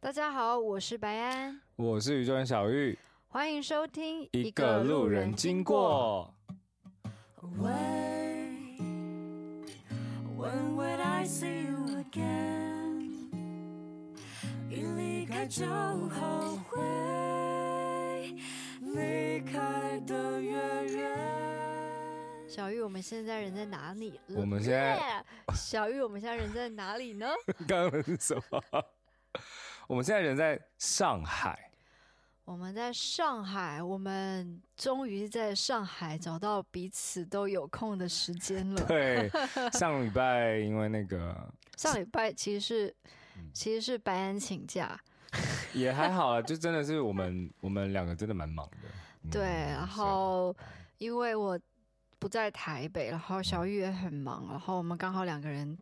大家好，我是白安，我是宇宙人小玉，欢迎收听一个路人经。过。 Away. When would I see you again？一离开就后悔，离开的越远。小玉，我们现在人在哪里了？我们现在耶小玉，我们现在人在哪里 呢？刚刚是什么？我们现在人在上海，我们在上海，我们终于在上海找到彼此都有空的时间了。对，上礼拜因为那个 上礼拜其实是嗯其实是白安请假，也还好啊，就真的是我们我们两个真的蛮忙的。嗯对，然后因为我不在台北，然后小玉也很忙，然后我们刚好两个人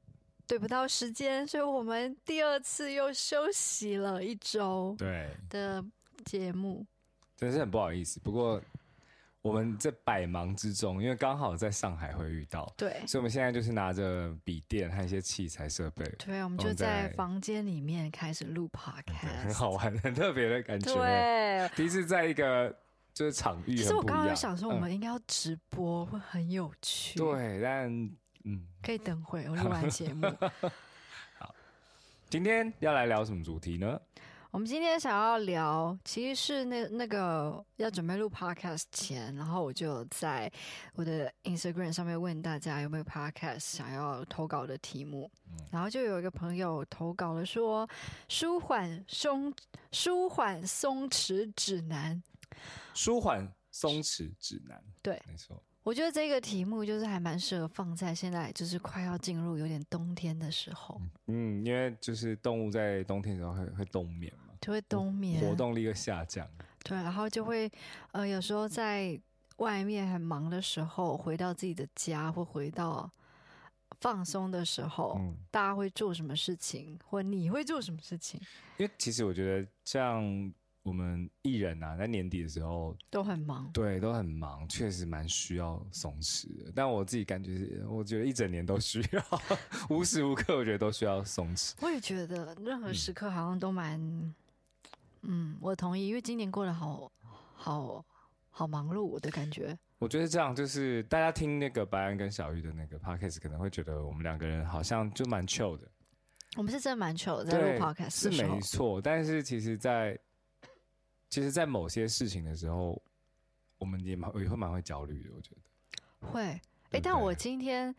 对不到时间，所以我们第二次又休息了一周对，的节目。真是很不好意思。不过我们在百忙之中，因为刚好在上海会遇到，对所以我们现在就是拿着笔电和一些器材设备，对，我们我就们在在嗯房间里面开始录 podcast，很好。玩，很特别的感觉。对，第一次在一个就是场域很不一样，其实我刚刚有想说，我嗯们应该要直播，会很有趣。，对，但嗯，可以等会 我录完节目。今天要来聊什么主题呢？我们今天想要聊，其实是那那个要准备录 podcast 前，然后我就在我的 Instagram 上面问大家有没有 podcast 想要投稿的题目，然后就有一个朋友投稿了说，舒缓松舒缓松弛指南。舒缓松弛指南。对，没错，我觉得这个题目就是还蛮适合放在现在，就是快要进入有点冬天的时候，嗯，因为就是动物在冬天的时候会会冬眠嘛，就会冬眠，活动力会下降。对，然后就会呃，有时候在外面很忙的时候，回到自己的家或回到放松的时候，嗯，大家会做什么事情，或你会做什么事情，因为其实我觉得像我们艺人啊，在年底的时候，都很忙。对，都很忙，确实蛮需要松弛的。但我自己感觉是，我觉得一整年都需要， 无时无刻我觉得都需要松弛。我也觉得任何时刻好像都蛮，嗯，我同意，因为今年过得好好好忙碌的感觉。我觉得这样就是大家听那个白安跟小玉的那个 podcast，可能会觉得我们两个人好像就蛮 chill 的，我们是真的蛮久在对录 podcast 是的时候没，错。但是其实在，其实，在某些事情的时候，我们也蛮也会蛮会焦虑的。我觉得，会，哎、对不但我对今天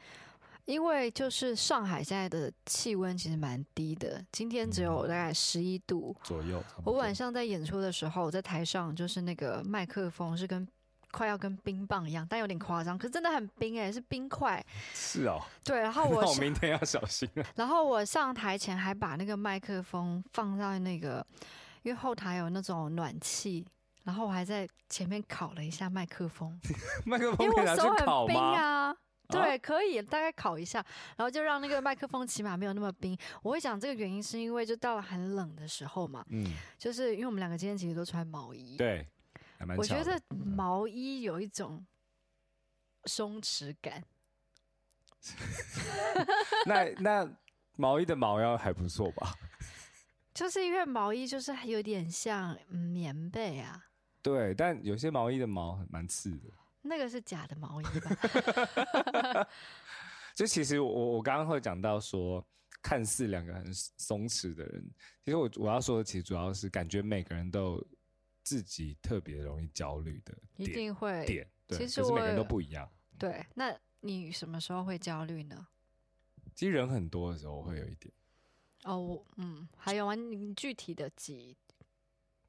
因为就是上海现在的气温其实蛮低的，今天只嗯有大概十一度。左右差不我多晚上在演出的时候，我在台上就是那个麦克风是跟快要跟冰棒一样，但有点夸张，可是真的很冰哎、是冰块。 是哦，对，然后那 我我上明天要小心了。然后我上台前还把那个麦克风放在那个，因为后台有那种暖气。然后我还在前面烤了一下麦克风，麦克因风为可以拿我去手烤很冰吗？啊。对，啊可以大概烤一下，然后就让那个麦克风起码没有那么冰。我会讲这个原因是因为就到了很冷的时候嘛，嗯，就是因为我们两个今天其实都穿毛衣，对，还蛮我巧觉的嗯得毛衣有一种松弛感，那那毛衣的毛要还不错吧？ 就是因为毛衣就是有点像嗯棉被啊，对，但有些毛衣的毛很蛮刺的。那个是假的毛衣 吧？就其实我我刚刚会讲到说，看似两个很松弛的人，其实我我要说的其实主要是感觉每个人都有自己特别容易焦虑的一点定会。点，对，其实可是我每个人都不一样。对，那你什么时候会焦虑呢？其实人很多的时候会有一点，哦，我嗯，还有啊，你你具体的几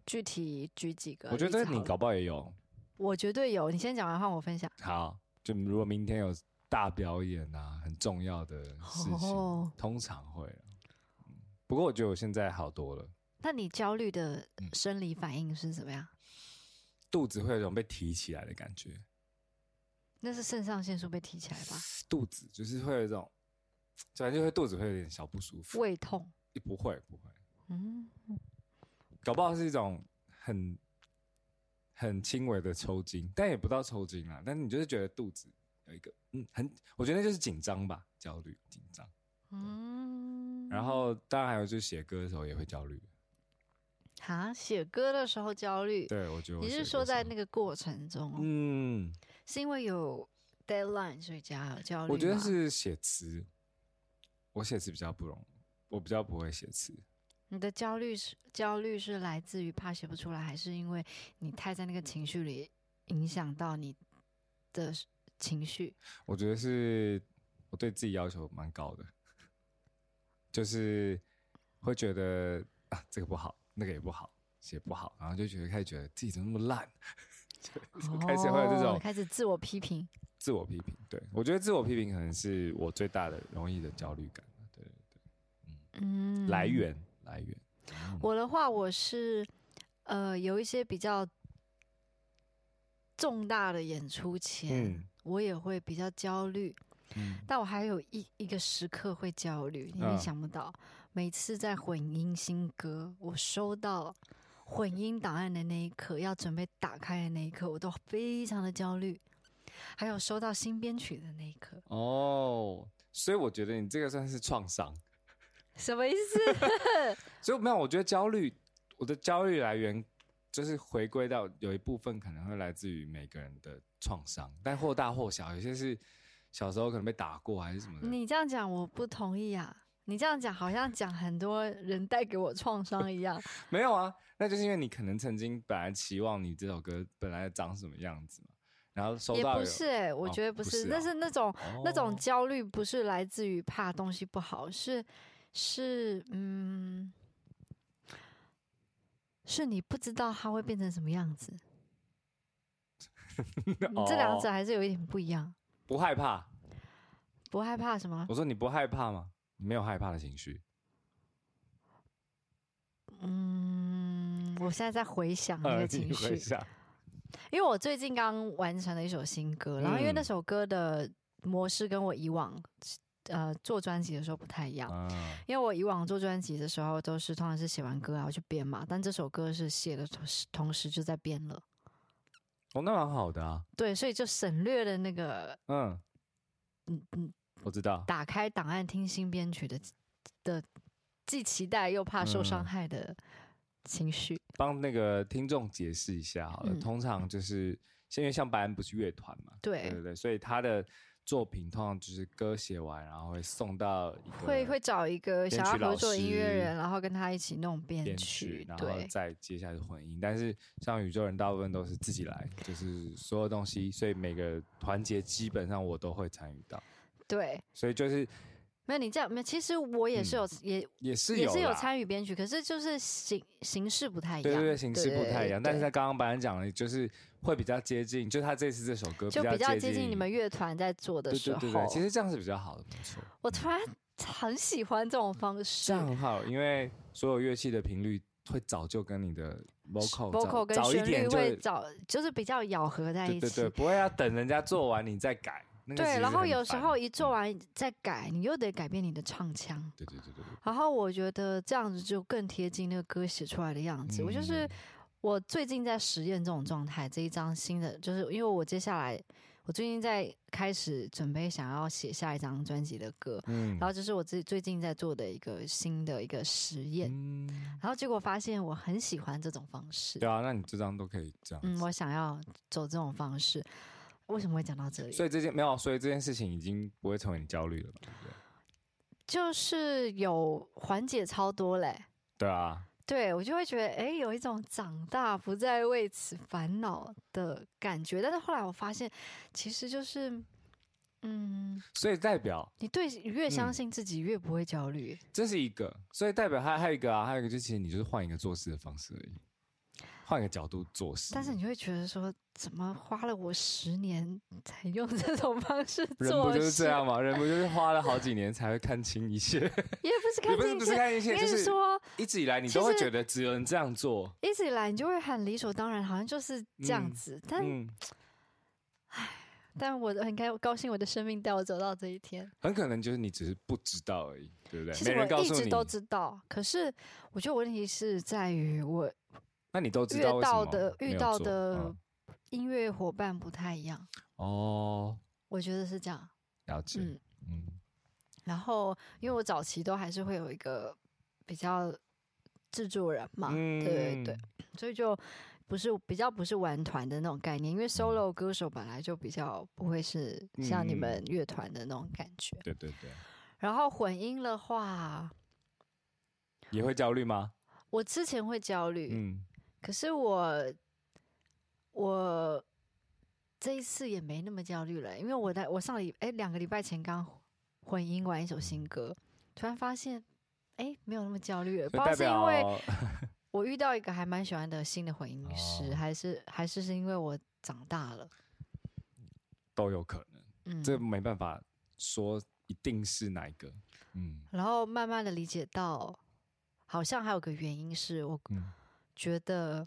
具体举几个例我子觉好了？得你搞不好也有。我绝对有。你先讲完，换我分享。好，就如果明天有大表演啊，很重要的事情，哦通常会啊、嗯不过我觉得我现在好多了，那你焦虑的嗯生理反应是怎么样？肚子会有一种被提起来的感觉。那是肾上腺素被提起来吧？肚子就是会有一种，反正就会肚子会有点小不舒服。胃痛。不会不会，嗯，搞不好是一种很很轻微的抽筋，但也不到抽筋啦。但是你就是觉得肚子有一个嗯，很我觉得那就是紧张吧，焦虑紧张。嗯，然后当然还有就是写歌的时候也会焦虑，哈，写歌的时候焦虑，对我觉得我你写是歌说在手那个过程中哦，嗯，是因为有 deadline 所以加有焦虑？我觉得，是写词，我写词比较不容易，我比较不会写词。你的焦虑是焦虑是来自于怕写不出来，还是因为你太在那个情绪里影响到你的情绪？我觉得是我对自己要求蛮高的， 就是会觉得啊这个不好，那个也不好，写不好，然后就觉得开始觉得自己怎么那么烂，就 开始会有这哦种开始自我批评。自我批评。对我觉得自我批评可能是我最大的容易的焦虑感，对，嗯，来源来源。嗯我的话，我是呃有一些比较重大的演出前，嗯我也会比较焦虑。嗯但我还有一一个时刻会焦虑，你也嗯想不到，每次在混音新歌，我收到混音档案的那一刻，要准备打开的那一刻，我都非常的焦虑。还有收到新编曲的那一刻，哦，所以我觉得你这个算是创伤。什么意思？所以没有，我觉得焦虑，我的焦虑来源就是回归到有一部分可能会来自于每个人的创伤，但或大或小，有些是小时候可能被打过还是什么 的。你这样讲我不同意啊！你这样讲好像讲很多人带给我创伤一样。没有啊，那就是因为你可能曾经本来期望你这首歌本来长什么样子嘛，然后 收也到不有是、欸，我哦觉得不不是，是但哦是那种、那种 哦焦虑不是来自于怕东西不好，是是嗯，是你不知道它会变成什么样子，嗯这两者哦还是有一点不一样。不害怕。不害怕什么？我说你不害怕吗？你没有害怕的情绪。嗯，我现在在回想那呃个你情回绪，想因为我最近刚完成了一首新歌，然后因为那嗯首歌的模式跟我以往呃做专辑的时候不太一样，啊，因为我以往做专辑的时候都是通常是写完歌然后去编嘛，但这首歌是写的同时同时就在编了，哦，那蛮好的啊。对，所以就省略了那个嗯嗯嗯，我知道。打开档案听新编曲的的既期待又怕受伤嗯害的情绪。帮那个听众解释一下好了，嗯通常就是因为像白安不是乐团嘛，对对对，所以他的作品通常就是歌写完，然后会送到一个会会找一个编想要曲老合作的音乐师人，然后跟他一起弄编编曲曲，，然后对，再接下来是混音。但是像宇宙人大部分都是自己来，就是所有东西，所以每个环节基本上我都会参与到，对，所以就是没有你这样，没有。其实我也是有，也也嗯是也有是有啦参与啊编曲，可是就是形形式不太一样，对对对，形式不太一样。但是对他刚刚白安讲了，就是会比较接近，就他这次这首歌就比较较接近近你们乐团在做的对时对候。对对，其实这样是比较好的，没错。我突然很喜欢这种方这式样很好，因为所有乐器的频率会早就跟你的 vocal ，vocal 早跟早一旋点律就会找就是比较咬合在一对起。对对，不会要等人家做完你再改。那个其对实然后很有时烦嗯候一做完再改，你又得改变你的唱腔。对对对对对，然后我觉得这样子就更贴近那个歌写出来的样子。我就是嗯我最近在实验这种状态，这一张新的，就是因为我接下来我最近在开始准备想要写下一张专辑的歌，嗯然后这是我自己最近在做的一个新的一个实验，嗯，然后结果发现我很喜欢这种方式对。啊，那你这张都可以这样嗯，子。我想要走这种方式。为什么会讲到这里？所以这件没有，所以这件事情已经不会成为你焦虑了吧？对不对？就是有缓解超多嘞、对啊，对我就会觉得，哎，有一种长大不再为此烦恼的感觉。但是后来我发现，其实就是，嗯，所以代表你对你越相嗯信自己，越不会焦虑。这是一个，所以代表还还有一个啊，还有一个就是其实你就是换一个做事的方式而已，换一个角度做事。但是你会觉得说，怎么花了我十年才用这种方式做事？人不就是这样 吗？人不就是花了好几年才会看清一切？也不是也 看 不是进不去是，看一切，应就该是是说，一直以来你其都会实觉得只有人这样做。一直以来你就会很理所当然，好像就是这样嗯子。但、嗯，但我很开高兴，我的生命带我走到这一天。很可能就是你只是不知道而已，对不对？其没实人我告一诉直你，都知道，可是我觉得问题是在于我那你都知遇道为什到么的没遇有到做的嗯音乐伙伴不太一样，哦，我觉得是这样。了解，嗯，嗯然后因为我早期都还是会有一个比较制作人嘛，对对嗯对，所以就不是比较不是玩团的那种概念，因为 solo 歌手本来就比较不会是像你嗯嗯们乐团的那种感觉。对对对，然后混音的话，也会焦虑吗？我之前会焦虑，嗯，可是我我这一次也没那么焦虑了，因为我在我上礼哎两个礼拜前刚混音完一首新歌，突然发现哎没有那么焦虑了，不所知道以代是因为表我遇到一个还蛮喜欢的新的混音师，哦还是还是是因为我长大了，都有可能，嗯，这没办法说一定是哪一个。嗯然后慢慢的理解到，好像还有个原因是我嗯觉得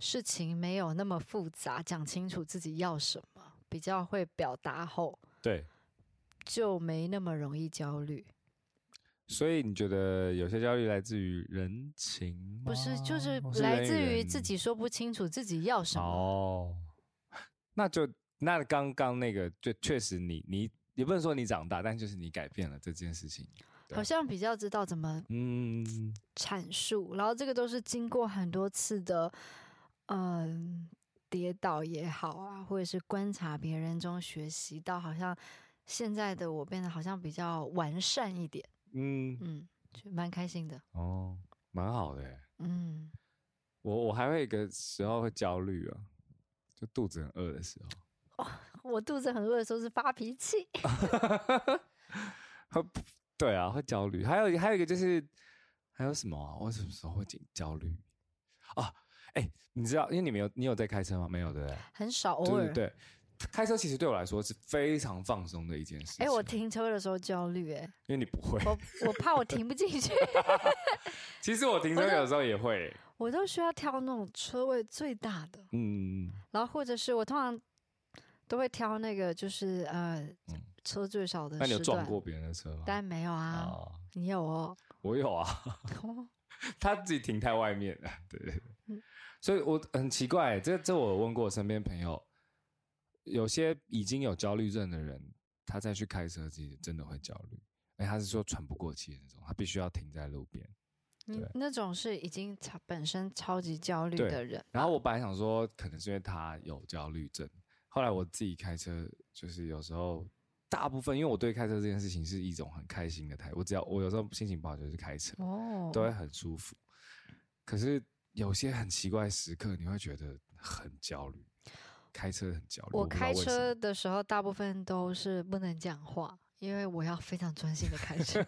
事情没有那么复杂，讲清楚自己要什么，比较会表达后，对，就没那么容易焦虑。所以你觉得有些焦虑来自于人情吗？不是，就是或来哦人自于人自己说不清楚自己要什么。哦， 那就那刚刚那个，就确实你你也不能说你长大，但就是你改变了这件事情。对好像比较知道怎么嗯，阐述，然后这个都是经过很多次的，嗯、跌倒也好啊，或者是观察别人中学习到，好像现在的我变得好像比较完善一点，嗯，嗯，就蛮开心的，哦，蛮好的欸。嗯，我我还会有一个时候会焦虑啊，就肚子很饿的时候，我肚子很饿的时候是发脾气， 对啊，会焦虑。还有一还有一个就是还有什么啊？我什么时候会紧焦虑啊？哎、你知道，因为你没有你有在开车吗？没有对不对？很少偶对尔对。对，开车其实对我来说是非常放松的一件事情。哎、我停车的时候焦虑， 哎，因为你不会，我我怕我停不进去， 其实我停车我就有时候也会，我都需要挑那种车位最大的，嗯，然后或者是我通常都会挑那个就是呃嗯车最少的那你有时撞段过别人的车吗？但没有啊，哦你有哦。 我有啊，他自己停太外面了， 对对对嗯，所以我很奇怪，这这我有问过我身边朋友，有些已经有焦虑症的人，他再去开车，其实真的会焦虑。哎，他是说喘不过气的那种，他必须要停在路边。你对那种是已经超本身超级焦虑对的人，然后我本来想说，可能是因为他有焦虑症。后来我自己开车，就是有时候大部分，因为我对开车这件事情是一种很开心的态度。我只要我有时候心情不好就是开车，哦，都会很舒服。可是有些很奇怪的时刻，你会觉得很焦虑，开车很焦虑。我不知道开为什车么，的时候大部分都是不能讲话，因为我要非常专心的开 车。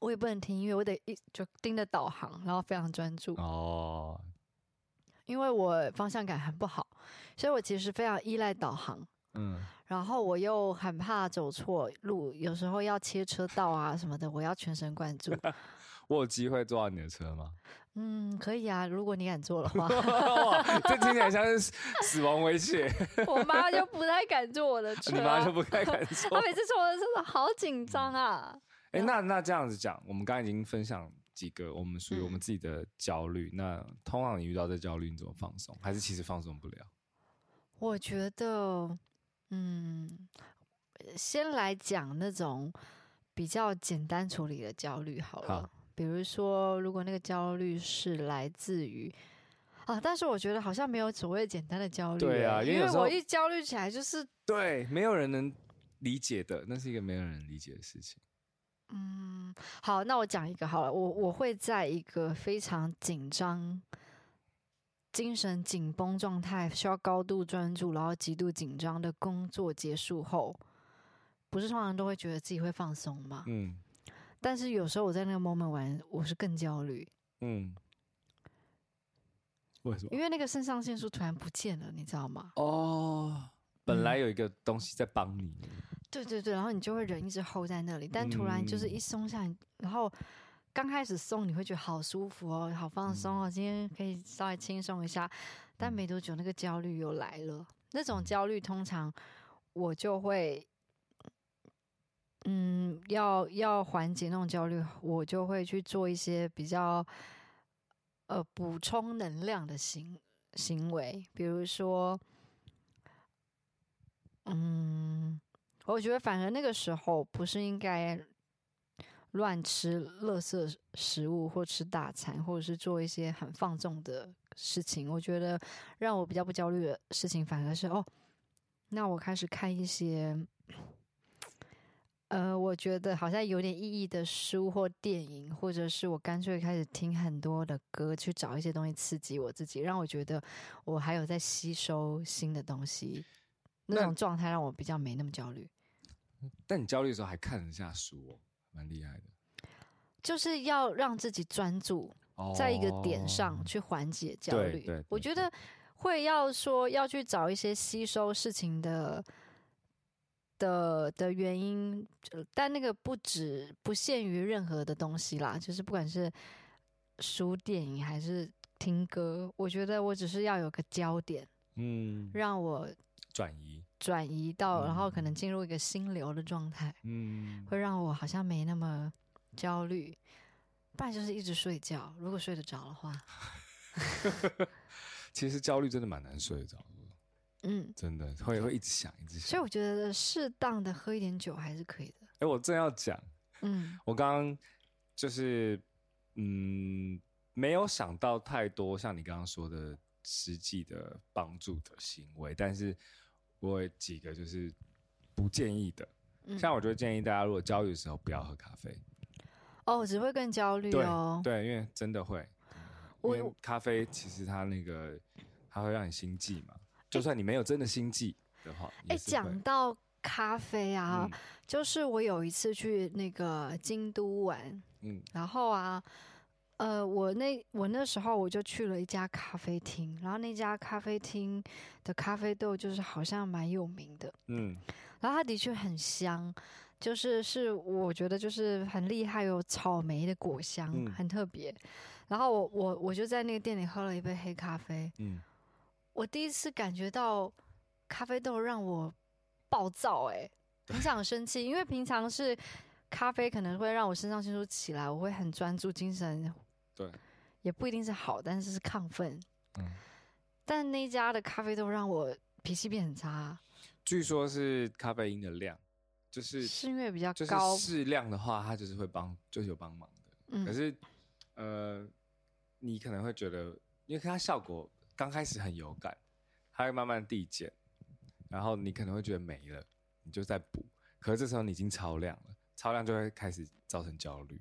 我也不能听音乐，我得一就盯着导航，然后非常专注，哦，因为我方向感很不好，所以我其实非常依赖导航。嗯，然后我又很怕走错路，有时候要切车道啊什么的，我要全神贯 注。我有机会坐到你的车吗？ 嗯，可以啊，如果你敢坐的话，哇这听起来像是死死亡 威胁，我妈就不太敢坐我的车、 啊你妈就不太敢 坐。她每次坐我的车都好紧张啊。哎、然那那这样子讲，我们刚刚已经分享几个我们属于我们嗯自己的焦虑。那通常你遇到这焦虑，你怎么放松？还是其实放松不了？我觉得，嗯，先来讲那种比较简单处理的焦虑好了。好比如说，如果那个焦虑是来自于啊，但是我觉得好像没有所谓简单的焦虑欸、对啊因因为有时候我一焦虑起来就是，对，没有人能理解的，那是一个没有人理解的事情。嗯，好，那我讲一个好了，我我会在一个非常紧张。精神紧绷状态需要高度专注，然后极度紧张的工作结束后，不是通常都会觉得自己会放松吗？嗯但是有时候我在那个 moment 玩，我是更焦虑，嗯，为什么？因为那个肾上腺素突然不见了，你知道吗？哦，本来有一个东西在帮你，对对对，然后你就会人一直 hold 在那里，但突然就是一嗯松下来，然后刚开始松你会觉得好舒服哦，好放松哦，今天可以稍微轻松一下，但没多久那个焦虑又来了，那种焦虑通常我就会。嗯，要要缓解那种焦虑，我就会去做一些比较呃补充能量的行行为，比如说，嗯，我觉得反而那个时候不是应该乱吃垃圾食物，或吃大餐，或者是做一些很放纵的事情。我觉得让我比较不焦虑的事情，反而是哦，那我开始看一些，呃，我觉得好像有点意义的书或电影，或者是我干脆开始听很多的歌，去找一些东西刺激我自己，让我觉得我还有在吸收新的东西。那那种状态让我比较没那么焦虑，但你焦虑的时候还看了一下书、哦，蛮厉害的。就是要让自己专注，哦在一个点上去缓解焦对虑。对我对觉对得会要说要去找一些吸收事情的的的原因，呃但那个不止不限于任何的东西啦，就是不管是书、电影还是听歌，我觉得我只是要有个焦点，嗯，让我转移，转移到，然后可能嗯进入一个心流的状态，嗯，会让我好像没那么焦虑。不然就是一直睡觉，如果睡得着的话，其实焦虑真的蛮难睡着的，嗯，真的会会一直想，一直所以想我。觉得适当的喝一点酒还是可以的。哎，我正要讲， 嗯我刚刚就是嗯，没有想到太多像你刚刚说的实际的帮助的行为，但是我有几个就是不建议的，嗯，像我就会建议大家，如果焦虑的时候不要喝咖啡，哦，只会更焦虑哦。对，因为真的会，因我为咖啡其实它那个它会让你心悸嘛，就算你没有真的心悸的话，哎，也是会嗯讲到咖啡啊，就是我有一次去那个京都玩，嗯然后啊，呃，我那我那时候我就去了一家咖啡厅，然后那家咖啡厅的咖啡豆就是好像蛮有名的，嗯然后它的确很香，就是是我觉得就是很厉害，有草莓的果香，嗯很特别。然后我我我就在那个店里喝了一杯黑咖啡，嗯我第一次感觉到咖啡豆让我暴躁、欸，很想生气，因为平常是咖啡可能会让我肾上腺素起来，我会很专注，精神对也不一定是好，但是是亢奋。嗯，但那家的咖啡豆让我脾气变很差，据说是咖啡因的量，就是是因为比较就是啊高，适量的话，它就是会帮，就是有帮忙的。嗯可是，呃，你可能会觉得，因为它效果刚开始很有感，它会慢慢递减，然后你可能会觉得没了，你就在补。可是这时候你已经超量了，超量就会开始造成焦虑，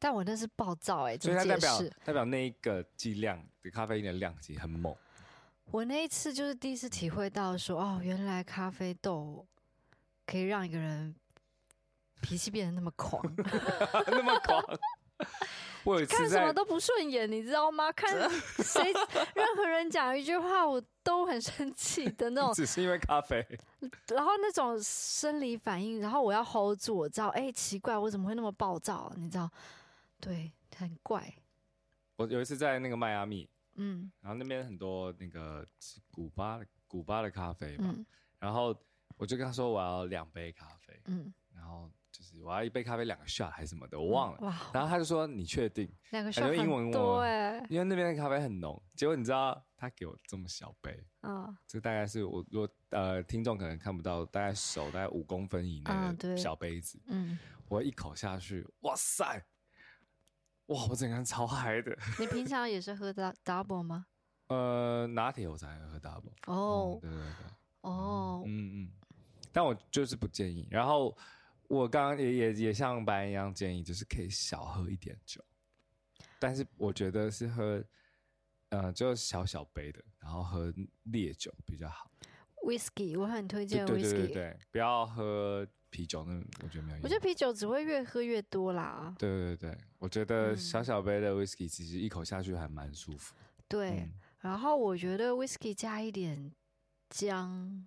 但我那是暴躁、欸，哎，所怎以么它解代表释？代表那一个剂量的咖啡因的量级很猛。 我那一次就是第一次体会到说，哦，原来咖啡豆可以让一个人脾气变得那么 狂，啊那么狂。 我有一看次什么在，都不顺眼，你知道吗？看 谁任何人讲一句话，我都很生气的 那种，只是因为咖啡，然后那种生理反应，然后我要 hold 住，我知道，哎、奇怪，我怎么会那么暴躁？你知道，对，很怪，我有一次在那个迈阿密，嗯然后那边很多那个古巴古巴的咖啡嘛，嗯然后我就跟他说我要两杯咖啡，嗯，然后就是我要一杯咖啡两个 shot 还是什么的，我忘了。哇，然后他就说你确定？两个感觉小英文嗯很我多哎、因为那边的咖啡很浓。结果你知道他给我这么小杯，嗯，这大概是我如果呃听众可能看不到，大概手大概五公分以内嗯的对小杯子，嗯，我一口下去，哇塞！哇，我整个人超嗨的。你平常也是喝 dou- double 吗？呃，拿铁我才喝 double。哦嗯、对对对，哦，嗯嗯，但我就是不建议。然后我刚刚也也也像白人一样建议，就是可以少喝一点酒，但是我觉得是喝，呃，就小小杯的，然后喝烈酒比较好。 whisky，我很推对荐对对对 whisky。对，嗯不要喝啤酒，那我觉得没有用。我觉得啤酒只会越喝越多啦。对对对，我觉得嗯小小杯的 whisky 其实一口下去还蛮舒服。对，嗯，然后我觉得 whisky 加一点姜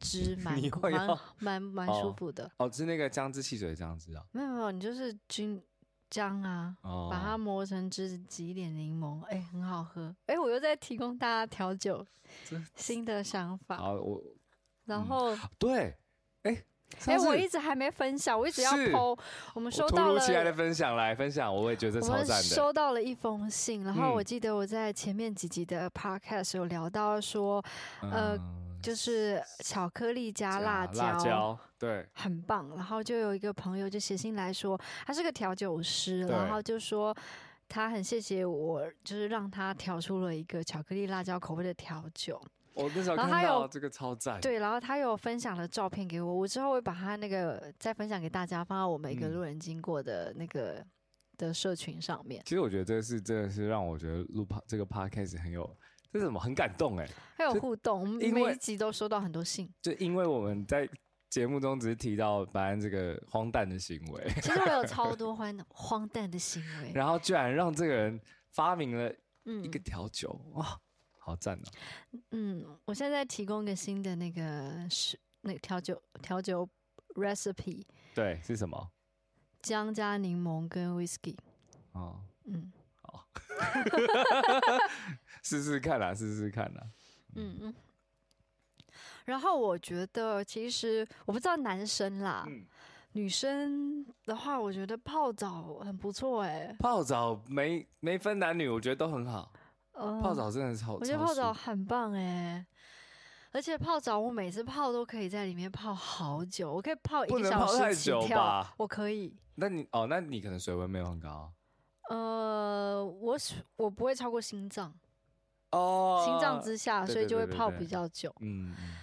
汁蛮 你会蛮要蛮蛮舒哦服的。哦，是那个姜汁汽水这样子啊。没有没有，你就是菌姜啊，哦，把它磨成汁，挤一点柠檬，哎、很好喝。哎、我又在提供大家调酒这新的想法。好，我然嗯后，对，哎、哎、上次我一直还没分享，我一直要是剖。我们我收突到如了其来的分享来分享，我也觉得我超们赞的。收到了一封信，然后嗯我记得我在前面几集的 podcast 有聊到说，呃嗯就是巧克力加辣椒，辣椒，对，很棒。然后就有一个朋友就写信来说，他是个调酒师，对然后就说他很谢谢我，就是让他调出了一个巧克力辣椒口味的调酒。我那时候然后还看有到这个超赞，对，然后他有分享了照片给我，我之后会把他那个再分享给大家，放到我们一个嗯路人经过的那个、的社群上面。其实我觉得这是真的是让我觉得录 po- 这个 podcast 很有，这是什么很感动哎、还有这互动，我们因每一为集都收到很多信。就因为我们在节目中只是提到白安这个荒诞的行为， 其实我有超多荒荒诞的行为，然后居然让这个人发明了嗯一个调酒，哇，好赞哦、嗯，我现在提供一个新的那个是那个调酒调酒 recipe，对，是什么？姜加柠檬跟 whisky，哦，嗯试试看啦，试试看啊啦。嗯嗯。然后我觉得，其实我不知道男生啦，嗯女生的话，我觉得泡澡很不错哎、泡澡没没分男女，我觉得都很好。嗯泡澡真的超，我觉得超泡澡舒服很棒哎、而且泡澡，我每次泡都可以在里面泡好久，我可以泡一不个能小泡太时起久跳吧，我可以。那你哦，那你可能水温没有很高呃，我是我不会超过心脏，哦心脏之下，对所以对就会对对泡对比较久。嗯，嗯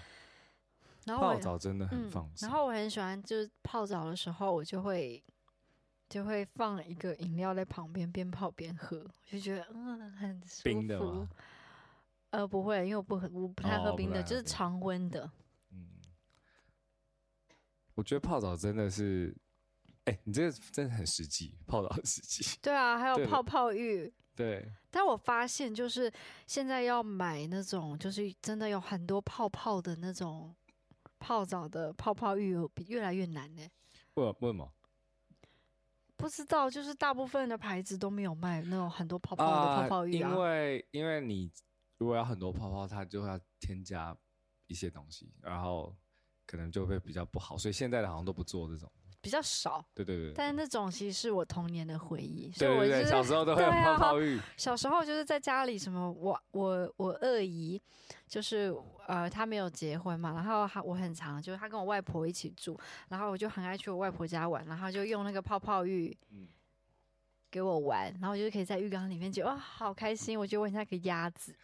然后我泡也澡真的很嗯放，松。然后我很喜欢，就是泡澡的时候，我就会就会放一个饮料在旁边，边泡边喝，我就觉得嗯很舒服。冰的吗？呃，不会，因为我不喝，我不太喝哦不冰的，太就是喝冰常温的。嗯，我觉得泡澡真的是，哎、你这个真的很实际，泡澡很 实际。对啊，还有对泡泡浴。对，但我发现，就是现在要买那种，就是真的有很多泡泡的那种泡澡的泡泡浴，比越来越难呢、为什么为什么不知道，就是大部分的牌子都没有卖那种很多泡泡的泡泡浴啊。因为因为你如果要很多泡泡，它就要添加一些东西，然后可能就会比较不好，所以现在的好像都不做这种。比较少。对对对，但是那种其实是我童年的回忆，所以对我对就对，小是时候都会有对啊泡泡浴，小时候就是在家里什么我我我二姨，就是呃她没有结婚嘛，然后她我很常就是她跟我外婆一起住，然后我就很爱去我外婆家玩，然后就用那个泡泡浴嗯给我玩，然后就是可以在浴缸里面觉得哇好开心，我觉得我很像个鸭 子，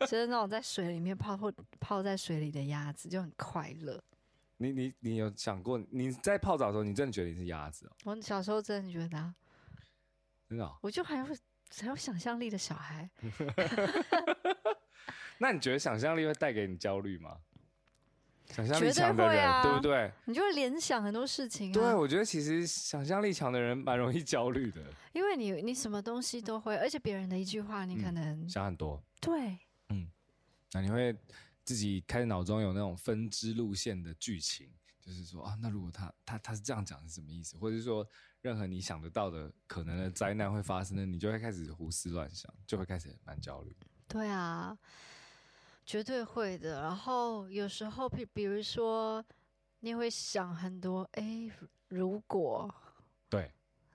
就是那种在水里面泡泡泡在水里的鸭子就很快乐。你你你有想过你在泡澡的时候，你真的觉得你是鸭子哦？我小时候真的觉得、啊，真的、哦？我就很有很有想象力的小孩，那你觉得想象力会带给你焦虑吗？想象力绝对强的会人，啊对不对？你就会联想很多事情、啊。对，我觉得其实想象力强的人蛮容易焦虑的，因为你你什么东西都会，而且别人的一句话，你可嗯能、想很多，对那你会自己开始脑中有那种分支路线的剧情，就是说啊，那如果他他他是这样讲是什么意思，或者是说任何你想得到的可能的灾难会发生的，你就会开始胡思乱想，就会开始蛮焦虑。对啊，绝对会的。然后有时候，比比如说，你会想很多，诶，如果对，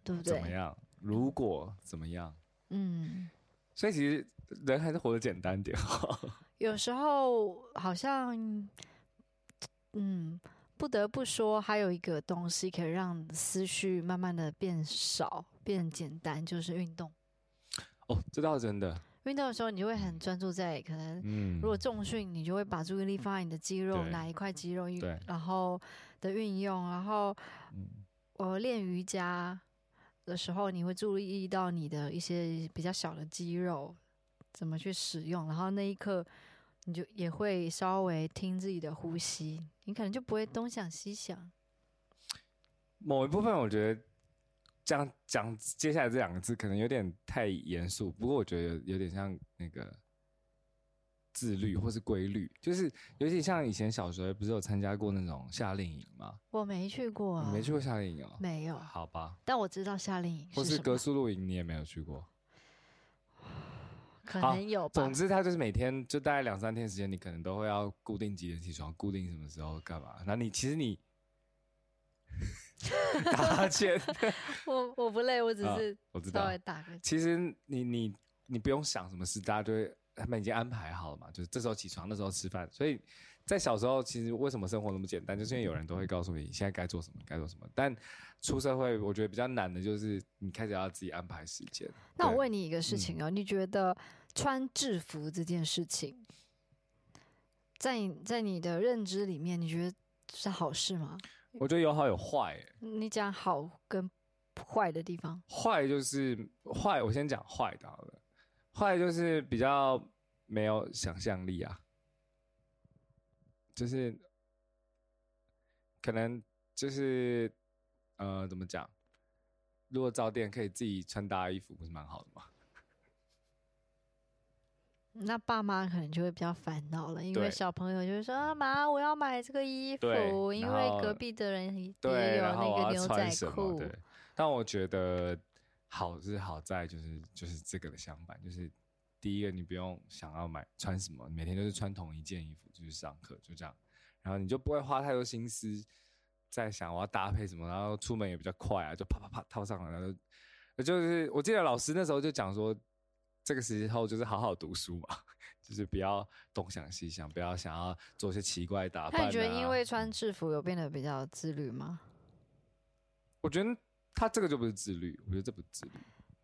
对不怎么对？样？如果怎么样？嗯，所以其实人还是活得简单点。有时候好像，嗯，不得不说，还有一个东西可以让思绪慢慢的变少、变简单，就是运动。 哦，这倒是真的。运动的时候，你就会很专注在可能嗯，如果重训，你就会把注意力放在你的肌肉对哪一块肌肉运对，然后的运用，然后嗯我练瑜伽的时候，你会注意到你的一些比较小的肌肉怎么去使用，然后那一刻你就也会稍微听自己的呼吸，你可能就不会东想西想。某一部分我觉得讲讲接下来这两个字可能有点太严肃，不过我觉得有有点像那个自律或是规律，就是尤其像以前小学不是有参加过那种夏令营吗？我没去过、啊，你没去过夏令营哦？没有，好吧，但我知道夏令营或是是什格么，苏露营你也没有去过。可好能有吧。总之，他就是每天就大概两三天时间，你可能都会要固定几点起床，固定什么时候干嘛。然后你其实你 打哈欠，我 我不累，我只啊是我知稍道微。打个其实你你你不用想什么事，大家就会哎他们已经安排好了嘛，就是这时候起床，那时候吃饭。所以在小时候，其实为什么生活那么简单，就是因为有人都会告诉你现在该做什么，该做什么。但出社会，我觉得比较难的就是你开始要自己安排时间。那我对嗯问你一个事情哦，你觉得穿制服这件事情，在你在你的认知里面，你觉得是好事吗？我觉得有好有坏、欸你讲好跟坏的地方，坏就是坏，我先讲坏的好了。坏就是比较没有想象力啊，就是可能就是呃，怎么讲？如果早点可以自己穿搭衣服，不是蛮好的吗？那爸妈可能就会比较烦恼了，因为对小朋友就会说：“啊妈，我要买这个衣对服，因然为后隔壁的人也对，有然后那我个要牛穿仔什么？裤。对，但我觉得好是好在就是就是这个的相反，就是第一个你不用想要买穿什么，每天都是穿同一件衣服就去上课，就这样，然后你就不会花太多心思在想我要搭配什么，然后出门也比较快啊，就啪啪啪套上了，然后就就是我记得老师那时候就讲说。这个时候就是好好读书嘛， 就是不要东想西想，不要想要做一些奇怪的打扮、啊。那你觉得因为穿制服有变得比较自律吗？我觉得他这个就不是自律，我觉得这不是自律，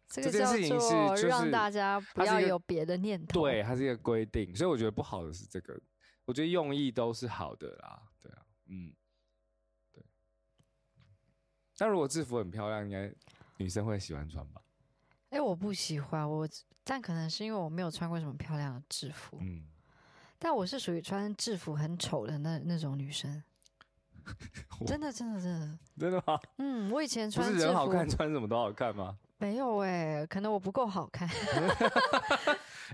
这个这件叫事情是做就是让大家不它是一要个有别的念头。对，它是一个规定，所以我觉得不好的是这个，我觉得用意都是好的啦，对啊，嗯，对。但如果制服很漂亮，应该女生会喜欢穿吧？哎、我不喜欢我，但可能是因为我没有穿过什么漂亮的制服，嗯，但我是属于穿制服很丑的那那种女生 我。真的，真的，真的，真的吗？嗯，我以前不穿是制人好服看，穿什么都好看吗？没有哎、可能我不够好看，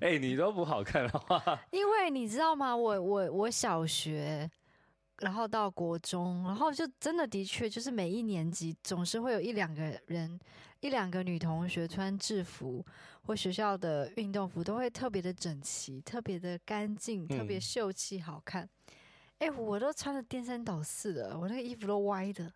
哎、你都不好看的话，因为你知道吗？我我我小学，然后到国中，然后就真的的确就是每一年级总是会有一两个人，一两个女同学穿制服或学校的运动服都会特别的整齐、特别的干净、特别嗯秀气、好看。哎、我都穿的颠三倒四的，我那个衣服都歪的。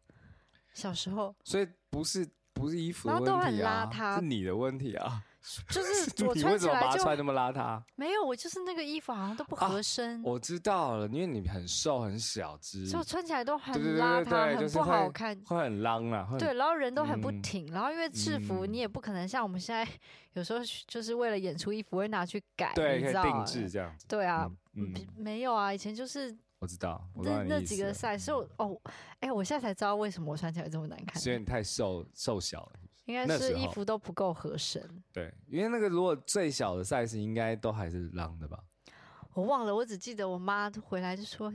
小时 候所以不是不是衣服的然后都问很题啊，邋遢是你的问题啊，就是我 你穿为起什么把来它就穿那么邋遢？没有，我就是那个衣服好像都不啊合身。我知道了，因为你很瘦很小只，所以我穿起来都很对对对邋对遢，对，很就是不好会看。会很浪啦，会很对，然后人都很不嗯挺，然后因为制服你也不可能像我们现在有时候去就是为了演出衣服会拿去改，对，你可知以道定吗？制这样子。对啊，嗯，比嗯没有啊，以前就是我知道，我知道那你那意几思个了嗯赛事我哦，哎、我现在才知道为什么我穿起来这么难看是，因为你太瘦瘦小了。应该那是时衣候服都不够合身。对，因为那个如果最小的赛事应该都还是浪的吧？我忘了，我只记得我妈回来就说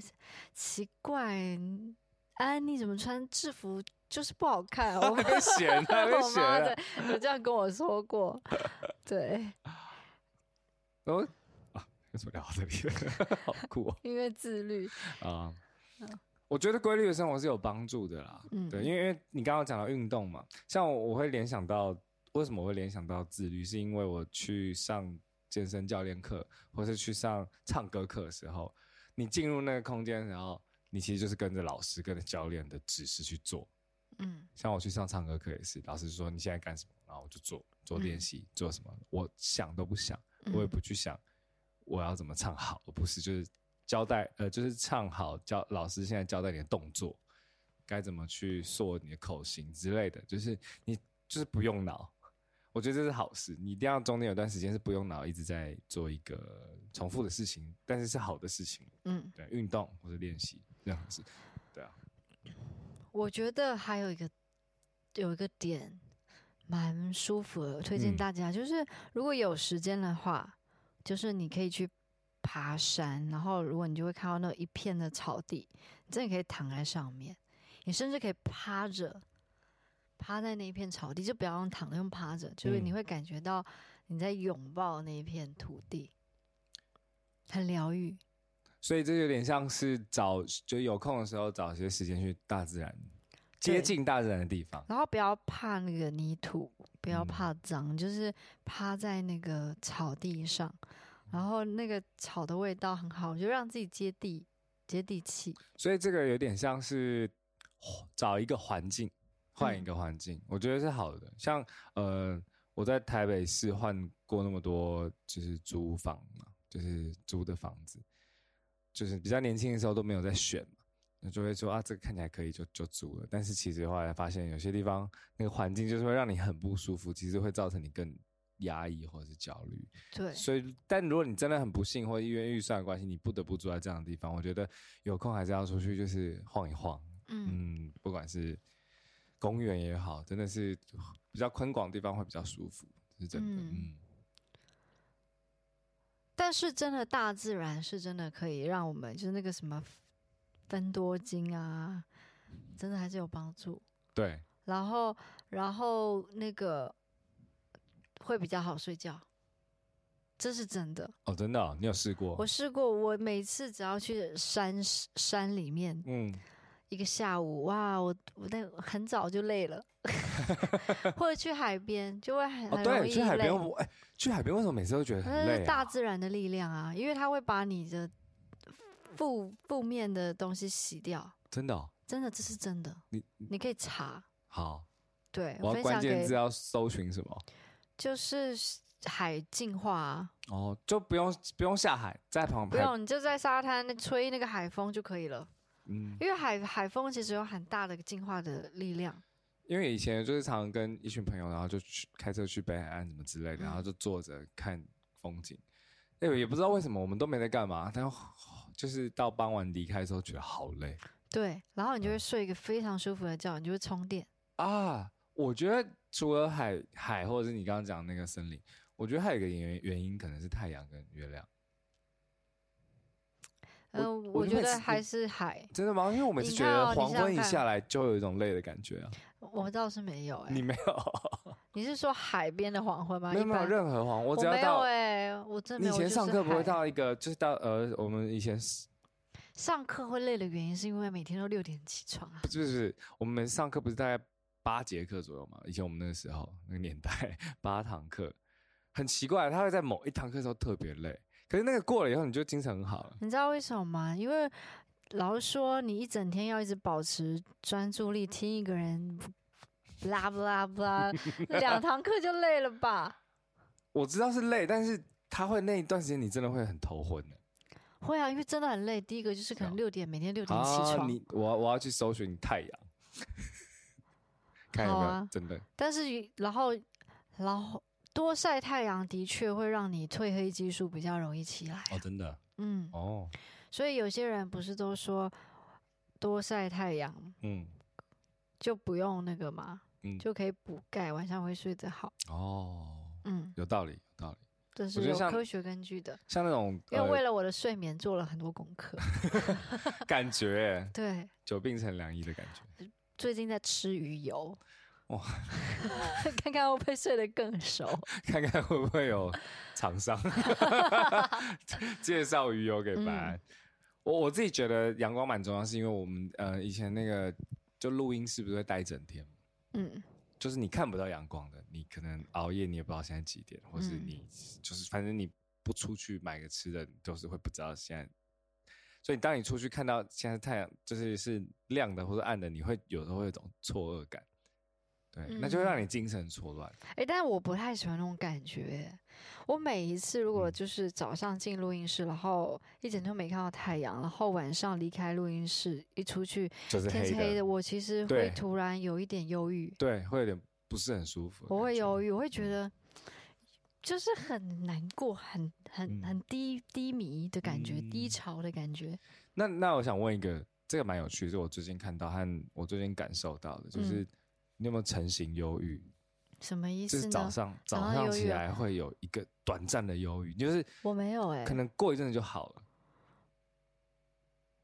奇怪，安妮怎么穿制服就是不好看啊、我哦还被选，还被我选啊妈了对。有这样跟我说过，对，然后啊，为什么聊到这里？ 好酷哦因为自律，啊！我觉得规律的生活是有帮助的啦。嗯，对，因为因为你刚刚讲到运动嘛，像我我会联想到为什么我会联想到自律，是因为我去上健身教练课，或是去上唱歌课的时候，你进入那个空间，然后你其实就是跟着老师、跟着教练的指示去做。嗯像我去上唱歌课也是，老师说你现在干什么，然后我就做做练习，做什么，我想都不想，我也嗯不去想我要怎么唱好，而不是就是交代呃，就是唱好教老师现在交代你的动作，该怎么去塑你的口型之类的，就是你就是不用脑，我觉得这是好事。你一定要中间有段时间是不用脑，一直在做一个重复的事情，但是是好的事情，嗯，对，运动或者练习这样子，对啊，我觉得还有一个有一个点蛮舒服的，推荐嗯大家、就是如果有时间的话，就是你可以去爬山，然后如果你就会看到那一片的草地，你真的可以躺在上面，你甚至可以趴着。趴在那一片草地，就不要用躺着，用趴着，就是嗯你会感觉到你在拥抱那一片土地，很疗愈。所以这有点像是找，就有空的时候找些时间去大自然，接近大自然的地方。然后不要怕那个泥土，不要嗯怕脏，就是趴在那个草地上，然后那个草的味道很好，就让自己接地接地气。所以这个有点像是哦找一个环境，换一个环境，我觉得是好的。像呃，我在台北市换过那么多就是租房嘛，就是租的房子，就是比较年轻的时候都没有在选嘛，那就会说啊，这个看起来可以就就租了。但是其实后来发现有些地方那个环境就是会让你很不舒服，其实会造成你更压抑或者是焦虑。对，所以，但如果你真的很不幸，或因为预算的关系，你不得不住在这样的地方，我觉得有空还是要出去，就是晃一晃。嗯，嗯，不管是公园也好，真的是比较宽广的地方会比较舒服，这是真的。嗯嗯，但是真的大自然是真的可以让我们就是那个什么分多精啊，真的还是有帮助。对，然后，然后那个会比较好睡觉，这是真的。哦，真的哦、你有试过？我试过，我每次只要去山山里面嗯，一个下午，哇，我我那很早就累了， 或者去海边就会很哦，很容对，易去海累边，我哎、去海边为什么每次都觉得很那累、是啊？大自然的力量啊，因为它会把你的负负面的东西洗掉，真的、哦、真的，这是真的。你你可以查，好，对，我要分关享键给字啊要搜寻什么？就是海净化、啊，哦，就不用不用下海，在旁不边。用你就在沙滩那吹那个海风就可以了，嗯，因为海海风其实有很大的净化的力量。因为以前就是常常跟一群朋友，然后就去开车去北海岸什么之类的，嗯然后就坐着看风景。哎、也不知道为什么我们都没在干嘛，但就是到傍晚离开的时候觉得好累对，然后你嗯就会睡一个非常舒服的觉，你就会充电。啊。我觉得除了海海，或者是你刚刚讲的那个森林，我觉得还有一个原原因可能是太阳跟月亮。我嗯、呃，我我就觉每得次还是海，真的吗？因为我每次你觉看哦得你黄想昏一想下看来就有一种累的感觉啊。我倒是没有哎、你没有？你是说海边的黄昏吗？没有一没有般任何黄，我我只要没有到哎、我真的你没以有。我就前上是课不会海到一个，就是到呃，我们以前是上课会累的原因，是因为每天都六点起床啊。不是不是，我们上课不是大概八节课左右嘛？以前我们那个时候那个年代八堂课，很奇怪，他会在某一堂课的时候特别累，可是那个过了以后你就精神很好了。你知道为什么吗？因为老师说你一整天要一直保持专注力，听一个人不啦不啦不啦， 两堂课就累了吧？我知道是累，但是他会那一段时间你真的会很头昏的。会啊，因为真的很累。第一个就是可能哦六点，每天六点起啊，床，你我我要去搜寻太阳，看有好没有、啊真的但是与然后然后多晒太阳的确会让你褪黑激素比较容易起来。哦，真的嗯，哦，所以有些人不是都说多晒太阳嗯就不用那个嘛，嗯就可以补钙，晚上会睡得好。哦，嗯，有道理有道理。这是觉得有像科学根据的，像那种因为为呃、了我的睡眠做了很多功课。 感觉欸对，久病成良医的感觉。最近在吃鱼油，哇 看看会不会睡得更熟。 看看会不会有厂商介绍鱼油给白嗯安。我我自己觉得阳光蛮重要，是因为我们呃以前那个就录音室不是会待一整天吗嗯，就是你看不到阳光的，你可能熬夜，你也不知道现在几点，或是嗯你、就是反正你不出去买个吃的，你都是会不知道现在。所以当你出去看到现在太阳就是是亮的或者暗的，你会有时候会有一种错愕感，对，那就会嗯让你精神错乱。诶，但我不太喜欢那种感觉。我每一次如嗯果就是早上进录音室，然后一整天没看到太阳，然后晚上离开录音室，一出去就是天黑是的，黑的，我其实会对突然有一点忧郁。对，会有点不是很舒服。我会忧郁，郁，我会觉得就是很难过，很很嗯很低低迷的感觉，低嗯潮的感觉。那那我想问一个，这个蛮有趣，是我最近看到和我最近感受到的，就是、嗯你有没有成型忧郁？什么意就思是早呢？上早早上上忧起郁啊来会有一个短暂的忧郁，就是我没有哎、可能过一阵子就好了。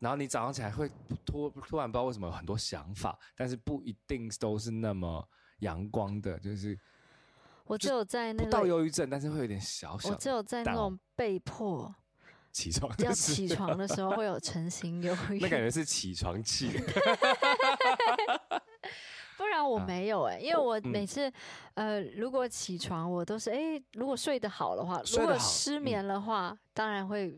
然后你早上起来会突突然不知道为什么有很多想法，但是不一定都是那么阳光的，就是我只有在那不到个，忧郁症，但是会有点小小我只的有在那淡种被迫 起床的要时起候床的时候会有成型忧郁 那，感觉是起床气。不然我啊没有哎、因为我嗯每次、呃，如果起床我都是哎、如果睡得好的话，睡如得果好失嗯眠的话，当然会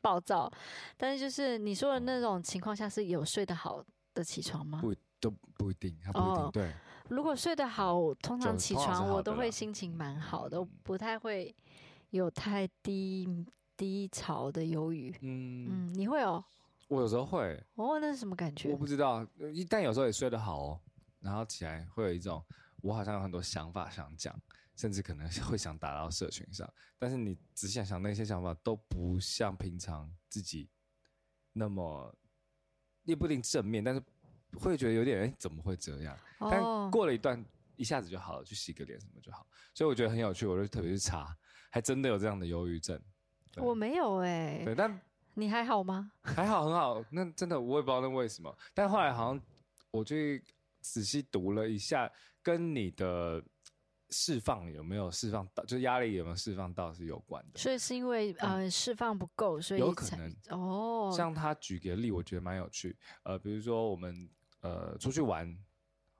暴躁。但是就是你说的那种情况下，是有睡得好的起床吗？不都不一定，他不一定、哦对。如果睡得好，通常就起通常是床好嗯我的都啦会心情蛮好的，我不太会有太低低潮的忧郁。嗯，嗯，你会哦，我有时候会，哦，那是什么感觉我？不知道，呃一但有时候也睡得好哦，然后起来会有一种我好像有很多想法想讲，甚至可能会想打到社群上，但是你仔细想想，那些想法都不像平常自己那么，也不一定正面，但是会觉得有点哎、诶怎么会这样？但哦，过了一段一下子就好了，去洗个脸什么就好，所以我觉得很有趣，我就特别去查，还真的有这样的忧郁症。对我没有哎、对，但你还好吗？还好，很好。那真的我也不知道那为什么，但后来好像我去仔细读了一下，跟你的释放有没有释放到，就压力有没有释放到是有关的。嗯所以是因为呃释放不够，所以有可才能哦，像他举个例，我觉得蛮有趣。呃，比如说我们呃出去玩，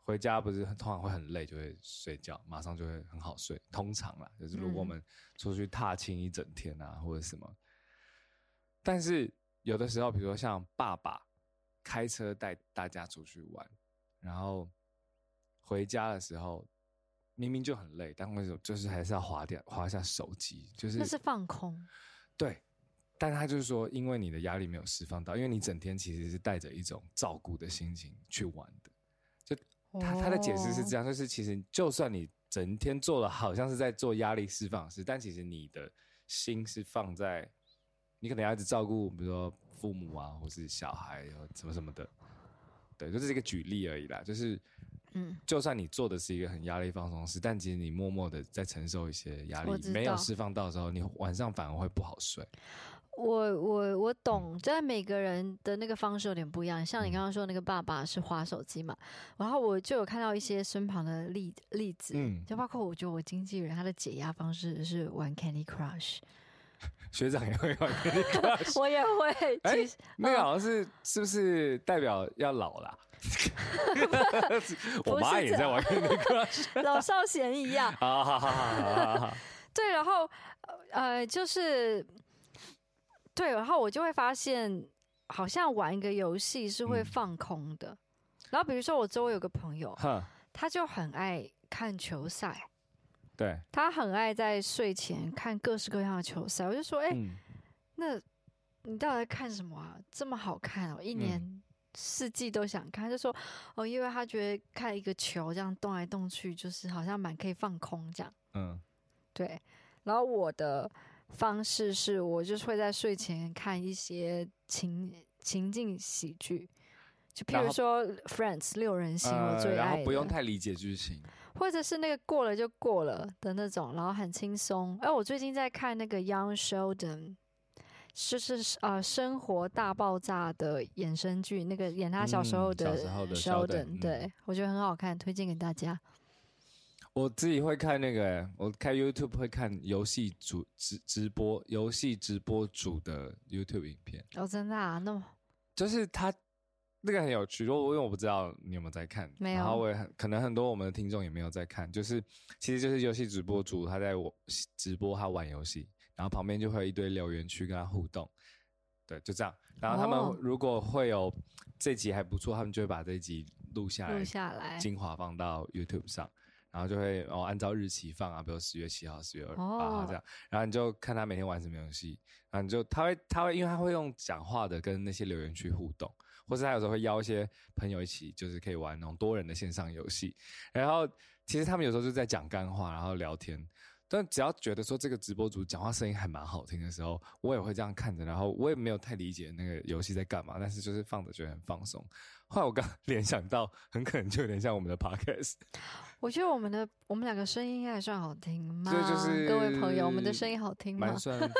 回家不是通常会很累，就会睡觉，马上就会很好睡。通常啦，就是如果我嗯们出去踏青一整天啊，或者什么。但是有的时候，比如说像爸爸开车带大家出去玩，然后回家的时候。明明就很累，但为什么就是还是要划掉划一下手机？就是那是放空，对，但他就是说，因为你的压力没有释放到，因为你整天其实是带着一种照顾的心情去玩的。他他的解释是这样，样，就是其实就算你整天做了好像是在做压力释放的事，但其实你的心是放在你可能要一直照顾，比如说父母啊，或是小孩啊，什么什么的。对，就这是一个举例而已啦。就是嗯，就算你做的是一个很压力放松的事，但其实你默默的在承受一些压我力，知没有道释放到的时候，你晚上反而会不好睡。我我我懂，但每个人的那个方式有点不一样。像你嗯刚刚说那个爸爸是划手机嘛，然后我就有看到一些身旁的例例子，嗯，就包括我觉得我经纪人他的解压方式是玩 Candy Crush，学长也会玩 Candy Crush，我也会，呃哎 其实、那个好像是是不是代表要老啦？我妈也在玩 Candy Crush 老少咸宜呀、啊！哈哈哈哈哈！对，然后呃，就是对，然后我就会发现，好像玩一个游戏是会嗯放空的。然后比如说我周围有个朋友，哼，他就很爱看球赛，对，他很爱在睡前看各式各样的球赛。我就说，哎、嗯，那你到底在看什么啊？这么好看哦，一嗯年四季都想看。他就说，哦，因为他觉得看一个球这样动来动去，就是好像蛮可以放空这样。嗯，对，然后我的方式是我就是会在睡前看一些情情境喜剧，就譬然如后说《Friends》六人行，我呃最然爱后不用的太理解剧情，或者是那个过了就过了的那种，然后很轻松。哎，我最近在看那个 Young Sheldon。就是呃，《生活大爆炸》的衍生剧，那个演他小时候嗯小的时候的 Sheldon，、 Sheldon，嗯对我觉得很好看，推荐给大家。我自己会看那个、我开 YouTube 会看游戏主直直播，游戏直播主的 YouTube 影片，哦，真的啊，那么就是他那个很有趣，如果因为我不知道你有没有在看，没然后有我也很可能很多我们的听众也没有在看，就是其实就是游戏直播主他在我直播他玩游戏，然后旁边就会有一堆留言区跟他互动，对，就这样。然后他哦们如果会有这集还不错，他们就会把这一集录下来录，下来精华放到 YouTube 上。然后就会哦，按照日期放啊，比如十月七号、十月二八号这样。然后你就看他每天玩什么游戏，然后你就他会他会，因为他会用讲话的跟那些留言区互动，或是他有时候会邀一些朋友一起，就是可以玩那种多人的线上游戏。然后其实他们有时候就在讲干话，然后聊天。但只要觉得说这个直播主讲话声音还蛮好听的时候，我也会这样看着，然后我也没有太理解那个游戏在干嘛，但是就是放着觉得很放松。后来我刚 联想到，很可能就有点像我们的 podcast，我觉得我们的我们两个声音应该还算好听吗？这就是各位朋友，我们的声音好听吗蛮？算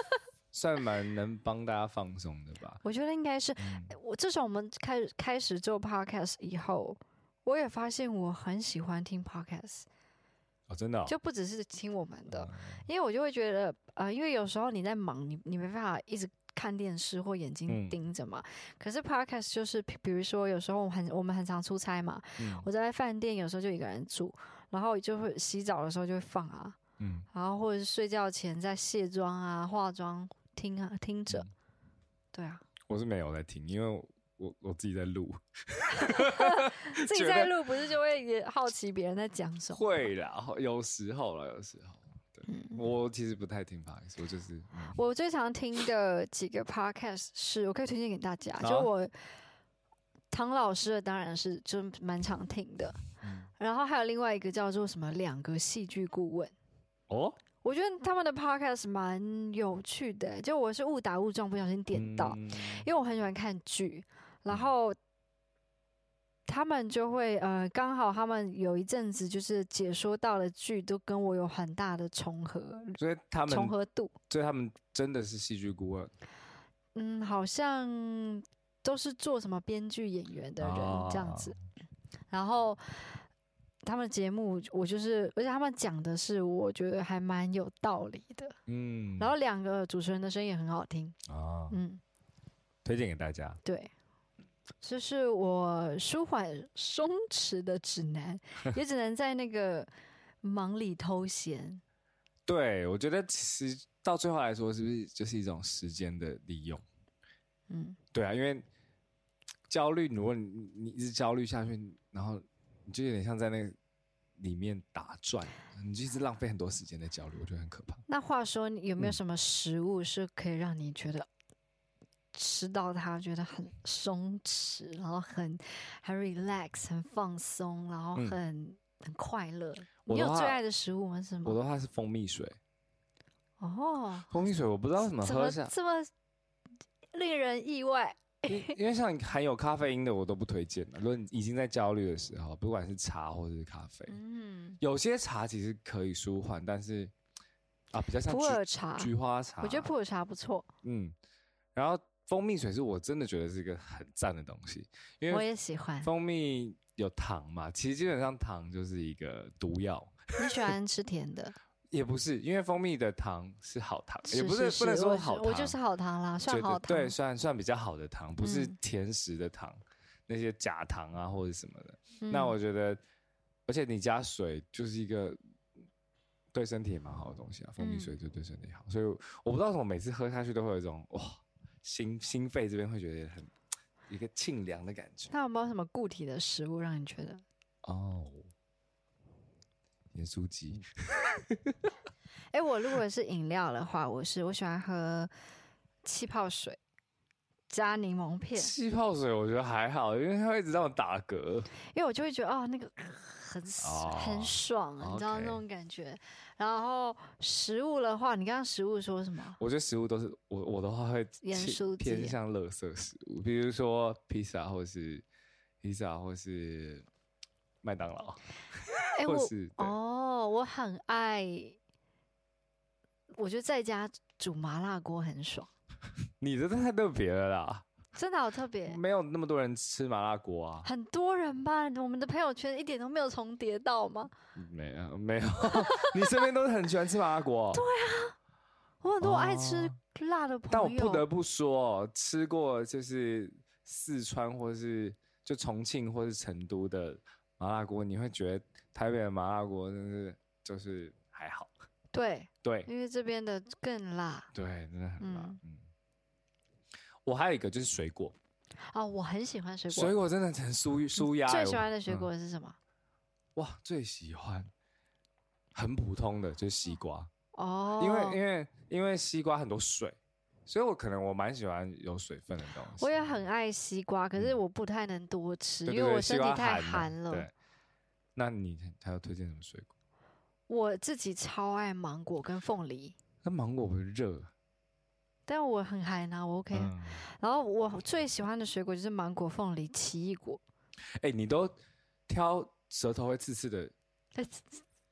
算蛮能帮大家放松的吧。我觉得应该是，嗯我至少我们开开始做 podcast 以后，我也发现我很喜欢听 podcast，哦，真的、哦，就不只是听我们的，嗯因为我就会觉得，呃，因为有时候你在忙，你你没办法一直。看电视或眼睛嗯盯着嘛，可是 podcast 就是，比如说有时候我很我们很常出差嘛，嗯我在饭店有时候就一个人住，然后就会洗澡的时候就会放啊，嗯，然后或者是睡觉前在卸妆啊、化妆听啊听着，嗯对 啊，我是没有在听，因为我我我自己在录，哦自己觉在得录不是就会也好奇别人在讲什么？会啦，有时候啦，有时候，对，嗯我其实不太听 podcast，我就是嗯我最常听的几个 podcast 是我可以推荐给大家，好啊就我唐老师的当然是就蛮常听的，嗯然后还有另外一个叫做什么两个戏剧顾问。哦，我觉得他们的 podcast 蛮有趣的、欸就我是误打误撞不小心点到，嗯因为我很喜欢看剧，然后他们就会呃，刚好他们有一阵子就是解说到的剧都跟我有很大的重合所以他重们，合度，所以他们真的是戏剧顾问，嗯，好像都是做什么编剧演员的人、这样哦子，然后。他们节目，我就是，而且他们讲的是，我觉得还蛮有道理的。嗯，然后两个主持人的声音也很好听，啊，嗯，推荐给大家，对，这是我舒缓松弛的指 南，也只能在那个忙里偷闲。对我觉得其实到最后来说，是不是就是一种时间的利用？嗯，对啊，因为焦虑，如果你你一直焦虑下去，然后你就有点像在那个里面打转，你就一直浪费很多时间在焦虑，我觉得很可怕。那话说，你有没有嗯什么食物是可以让你觉得吃到它觉得很松弛，然后很很 relax，很放松，然后嗯很、很快乐？我你的有最话爱的食物吗？是什我么？的话是蜂蜜水，哦，嗯蜂蜜水我不知道怎么怎喝么下，嗯这么令人意外？因因为像含有咖啡因的我都不推荐了。如果你已经在焦虑的时候，不管是茶或者是咖啡，嗯，有些茶其实可以舒缓，但是啊，比较像普菊洱茶，菊花茶，我觉得普洱茶不错，嗯，然后蜂蜜水是我真的觉得是一个很赞的东西，因我为也喜欢。蜂蜜有糖嘛，其实基本上糖就是一个毒药，你喜欢吃甜 的？也不是，因为蜂蜜的糖是好糖，是也不是是不能是说我好是糖，我就是好糖啦，算觉得好糖。对，算算比较好的糖，不是嗯甜食的糖，那些假糖啊或者什么的。那嗯我觉得，而且你加水就是一个对身体也蛮好的东西啊，蜂蜜嗯水就对身体好，所以我不知道为什么每次喝下去都会有一种哇，心心肺这边会觉得很一个沁凉的感觉。那有没有什么固体的食物让你觉得？哦，盐酥嗯鸡，哎，我如果是饮料的话，我是我喜欢喝气泡水加柠檬片，气泡水我觉得还好，因为它会一直让我打嗝。因为我就会觉得哦，那个很爽哦很爽，啊你知道 OK 那种感觉。然后食物的话，你刚刚食物说什么？我觉得食物都是我我的话会盐倾酥鸡偏向垃圾食物，比如说披萨或是披萨或是麦当劳，哎，或我是对哦，我很爱，我觉得在家煮麻辣锅很爽，你的太特别了啦，真的好特别。没有那么多人吃麻辣 锅啊，很多人吧，我们的朋友圈一点都没有重叠到吗？没有没有， 你身边都是很喜欢吃麻辣锅哦，我很多爱吃哦辣的朋友，但我不得不说哦，吃过就是四川或是就重庆或是成都的麻辣锅，你会觉得台北的麻辣锅真是就是还好，对，对，因为这边的更辣对，真的很辣。嗯嗯，我还有一个就是水果，哦，我很喜欢水果，嗯水果真的很舒舒压欸。最我喜欢的水嗯果是什么？哇，最喜欢很普通的就是西瓜，哦，因为因为因为西瓜很多水，所以我可能我蛮喜欢有水分的东西。哦我也很爱西瓜，可是嗯我不太能多吃，对对因为对我西身体瓜太嘛寒了。对，那你还要推荐什么水果？我自己超爱芒果跟凤梨，那芒果不是热啊？但我很寒啊，我 OK 啊、嗯，然后我最喜欢的水果就是芒果、凤梨、奇异果。 哎，你都挑舌头会刺刺的哎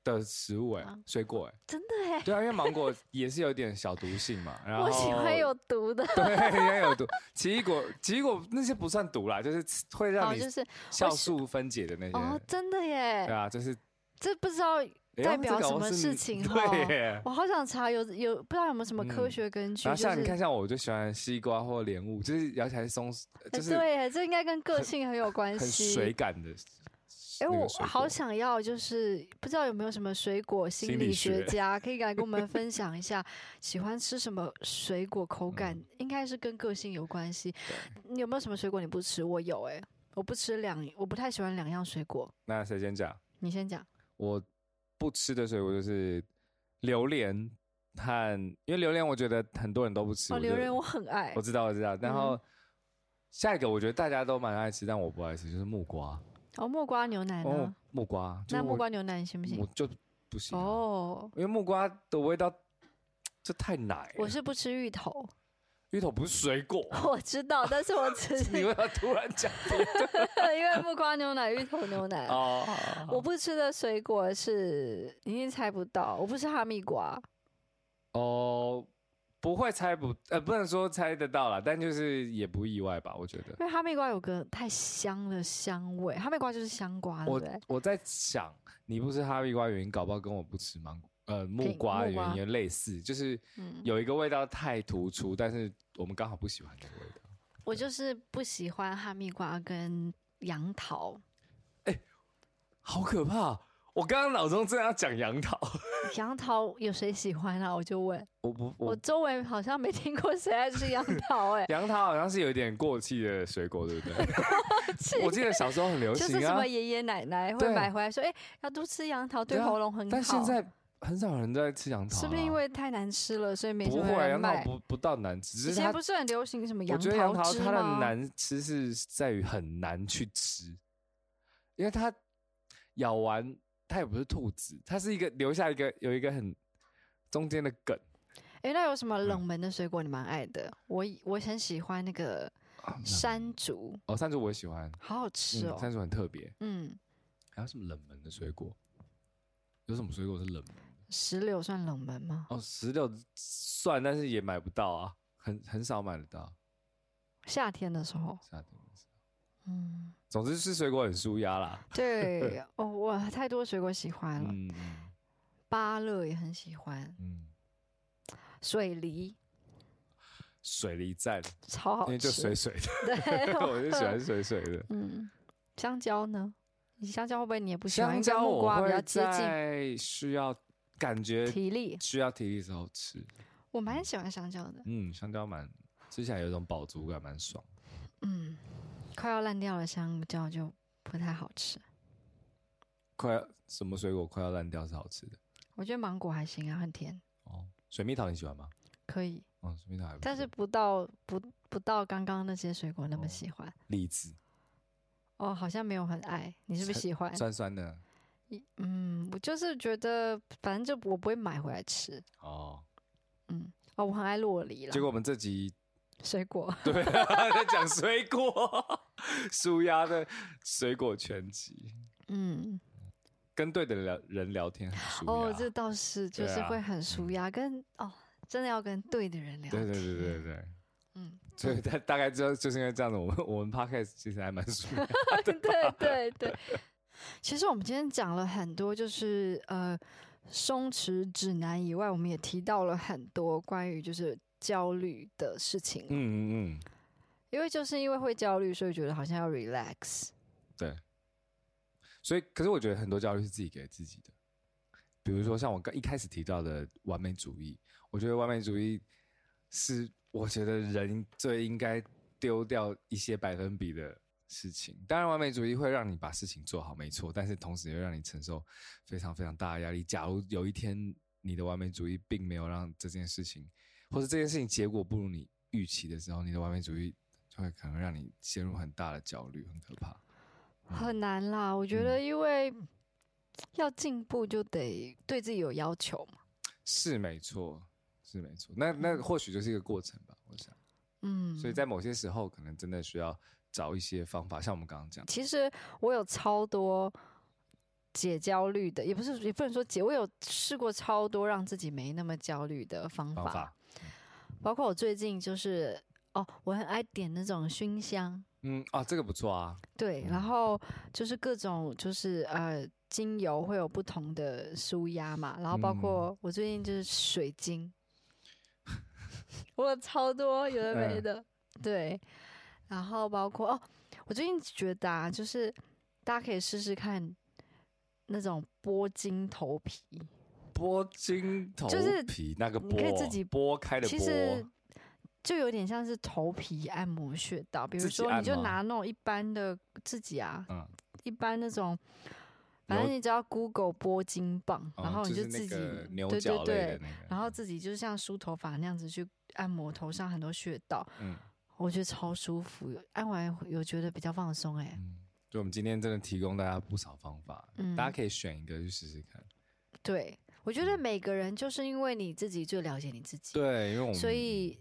的食物哎啊，水果哎，真的哎、对啊，因为芒果也是有点小毒性嘛。然后我喜欢有毒的，对，也有毒。奇异果，奇异果那些不算毒啦，就是吃会让好你哦就是酵是素分解的那些。哦，真的耶对，啊，就是这不知道，哎代呦这表个什好么像是事情哦哈对耶。我好想查有有不知道有没有什么科嗯学根据，然后就像你看，是。像我就喜欢西瓜或莲雾，就是咬起来松，呃哎就是对耶，这应该跟个很性很有关很系。水感的。哎、那个我水好果想要，就是不知道有没有什么水果心心理理学学 家可以来跟我们分享一下，喜欢吃什么水果，嗯口感、应该是跟个性有关系。嗯你有没有什么水果你不吃？我有哎、我不吃两，我不太喜欢两样水果。那谁先讲？你先讲，我不吃的水果就是榴莲和，因为榴莲我觉得很多人都不吃，哦，我觉榴得莲我嗯很爱我，知道我知道。然后、下一个我觉得大家都蛮爱吃，但我不爱吃，就是木瓜。哦，木瓜牛奶哦呢？，木瓜，就那我木瓜牛奶你行不行我？就不行、哦，哦，因为木瓜的味道这太奶了。我是不吃芋头， 芋头不是水果，我知道，但 是我只是你为什么突然讲别 的？因为木瓜牛奶、芋头牛奶。哦，我不吃的水果是，你一定猜不到，我不吃哈密瓜。哦，不会猜不呃，不能说猜得到啦，但就是也不意外吧，我觉得。因为哈密瓜有个太香的香味，哈密瓜就是香瓜，对不我对？我在想，你不吃哈密瓜原因，搞不好跟我不吃芒果呃木苹瓜的木瓜原因类似，就是嗯有一个味道太突出，但是我们刚好不喜欢这个味道。我就是不喜欢哈密瓜跟杨桃，好可怕！我刚刚脑中正要讲杨桃， 杨桃有谁喜欢啊？我就问，我不我我周围好像没听过谁爱吃杨桃、 欸，杨桃好像是有一点过气的水果，对不 对？我记得小时候很流就行是什啊么，爷爷奶奶会对买回来说，哎、要多吃杨桃，对对啊喉咙很好。但现在很少人在吃杨桃啦，啊是不是因为太难吃了，所以没什哦不么会啊人杨桃买？不不到难吃，以只是前它不是很流行什么我杨觉得杨桃汁它的吗？难吃是在于很难去吃，因为它咬完它也不是兔子，它是一个留下一个有一个很中间的梗，哎、那有什嗯么冷门的水果你蛮爱的？我我很喜欢那个啊冷山竹，哦，山竹我也喜欢，好好吃嗯哦。山竹很特别。嗯，还有什么冷门的水果？有什么水果是冷门？石榴算冷门吗？哦，石榴算，但是也买不到啊，很很少买得到。夏天的时候，夏天的时候，嗯，总之吃水果很舒压啦。 对哦，我太多水果喜欢了，嗯嗯芭乐也很喜欢，嗯，水梨水梨赞，超好因吃，为就 水水的，对，我就喜欢水水的。 嗯，香蕉呢？你香蕉会不会你也不喜欢？香因为跟蕉木我瓜比较会接近在需要感觉体力。需要体力的时候吃。我蛮喜欢香蕉的，嗯，香蕉蛮吃起来有一种饱足感，蛮爽。嗯，快要烂掉了香蕉就不太好吃。快要什么水果快要烂掉是好吃的我觉得芒果还行啊，很甜，哦。水蜜桃你喜欢吗？可以，嗯，水蜜桃还不错。但是不到不不到刚刚那些水果那么哦喜欢。荔枝哦，好像没有很爱，你是不是酸喜欢？酸酸的嗯，我就是觉得，反正就我不会买回来吃。哦。嗯，哦，我很爱洛梨了，结果我们这集水果对在讲水果，舒压的水果全集，嗯。跟对的聊人聊天很舒压。哦，这倒是，就对是啊会很舒压，跟哦，真的要跟对的人聊对天。对对对对。嗯，所以大大概知道，就是因为这样子，我们我们 podcast 其实还蛮舒压。对对对 对。其实我们今天讲了很多，就是呃，松弛指南以外，我们也提到了很多关于就是焦虑的事情。嗯嗯嗯，因为就是因为会焦虑，所以觉得好像要嗯 relax。对。所以，可是我觉得很多焦虑是自己给自己的，比如说像我刚一开始提到的完美主义，我觉得完美主义是我觉得人最应该丢掉一些百分比的事情。当然，完美主义会让你把事情做好，没错，但是同时也会让你承受非常非常大的压力。假如有一天你的完美主义并没有让这件事情，或是这件事情结果不如你预期的时候，你的完美主义就会可能让你陷入很大的焦虑，很可怕。很难啦，我嗯觉得因为要进步就得对自己有要求嘛。是没错，是没错。那那或许就是一个过程吧，我想。嗯，所以在某些时候，可能真的需要找一些方法，像我们刚刚讲的，其实我有超多解焦虑的，也不是也不能说解，我有试过超多让自己没那么焦虑的方法，方法。包括我最近就是哦，我很爱点那种熏香，嗯啊，这个不错啊。对，然后就是各种就是呃精油会有不同的舒压嘛，然后包括我最近就是水晶， 我有超多有的没嗯的，对，然后包括哦，我最近觉得啊，就是大家可以试试看那种拨筋头皮，拨筋头就是皮那个你拨，可以自己拨开的其拨，实就有点像是头皮按摩穴道，比如自己说你按就吗拿那种一般的自己啊，嗯一般那种反正牛你只要 Google 拨筋棒，哦然后你就是自那己、个牛对角对类对，的那个，然后自己就是像梳头发那样子去按摩头上很多穴道，嗯我觉得超舒服，按完有觉得比较放松哎、嗯，就我们今天真的提供大家不少方法，嗯大家可以选一个去试试看。对，我觉得每个人就是因为你自己最了解你自己，对，因为我们所以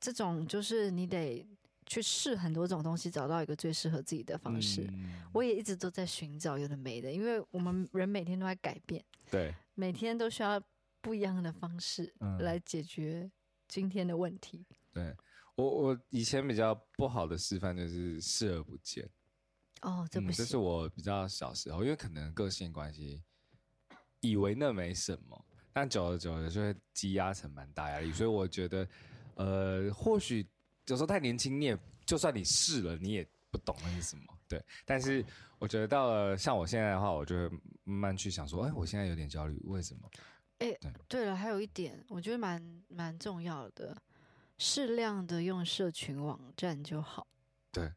这种就是你得去试很多种东西，找到一个最适合自己的方式。嗯我也一直都在寻找有的没的，因为我们人每天都在改变，对每天都需要不一样的方式嗯来解决今天的问题。对，我我以前比较不好的示范就是视而不见。哦，这嗯不这是行，我比较小时候，因为可能个性关系，以为那没什么，但久了久了就会积压成蛮大压力，所以我觉得，呃，或许有时候太年轻，你也就算你试了，你也不懂那是什么，对。但是我觉得到了像我现在的话，我就会慢慢去想说，哎，我现在有点焦虑，为什么？对了，还有一点，我觉得蛮蛮重要的，适量的用社群网站就好。对，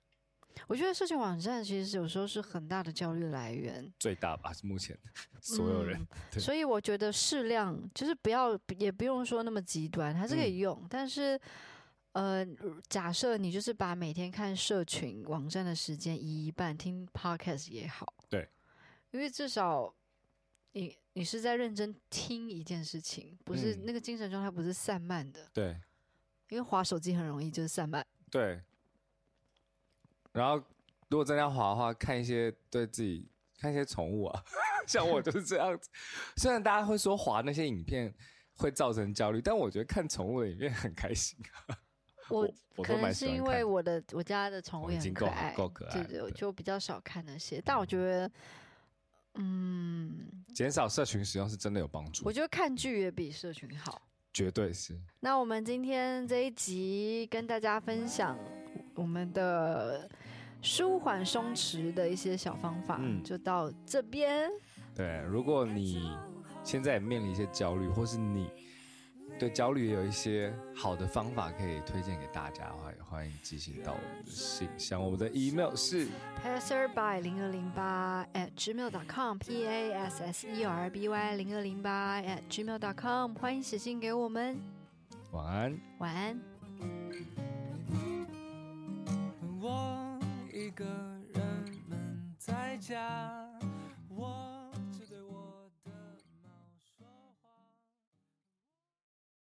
我觉得社群网站其实有时候是很大的焦虑来源，最大吧，是目前 所有人，嗯。对所以我觉得适量，就是不要也不用说那么极端，还是可嗯以用。但是，呃，假设你就是把每天看社群网站的时间移一半，听 podcast 也好，对，因为至少你你是在认真听一件事情，不是、嗯那个精神状态不是散漫的，对因为滑手机很容易就是散漫。对。然后如果真的要滑的话，看一些对自己看一些宠物啊， 像我就是这样子。虽然大家会说滑那些影片会造成焦虑，但我觉得看宠物的影片很开心。啊我我可都蛮能是喜欢因看为的。我的我家的宠哦物已也很经可够好爱，够可对爱对，我对就比较少看那些。但我觉得，嗯， 减少社群使用是真的有帮助我，觉得看剧也比社群好。绝对是。那我们今天这一集跟大家分享我们的舒缓松弛的一些小方法，嗯就到这边。对，如果你现在也面临一些焦虑，或是你对焦虑也有一些好的方法可以推荐给大家的话，也欢迎寄信到我们的信箱，我们的 email 是 passerby 零二零八 at gmail.com，p a s s e r b y 零二零八 at gmail.com，欢迎写信给我们。晚安。晚安。我一个人闷在家，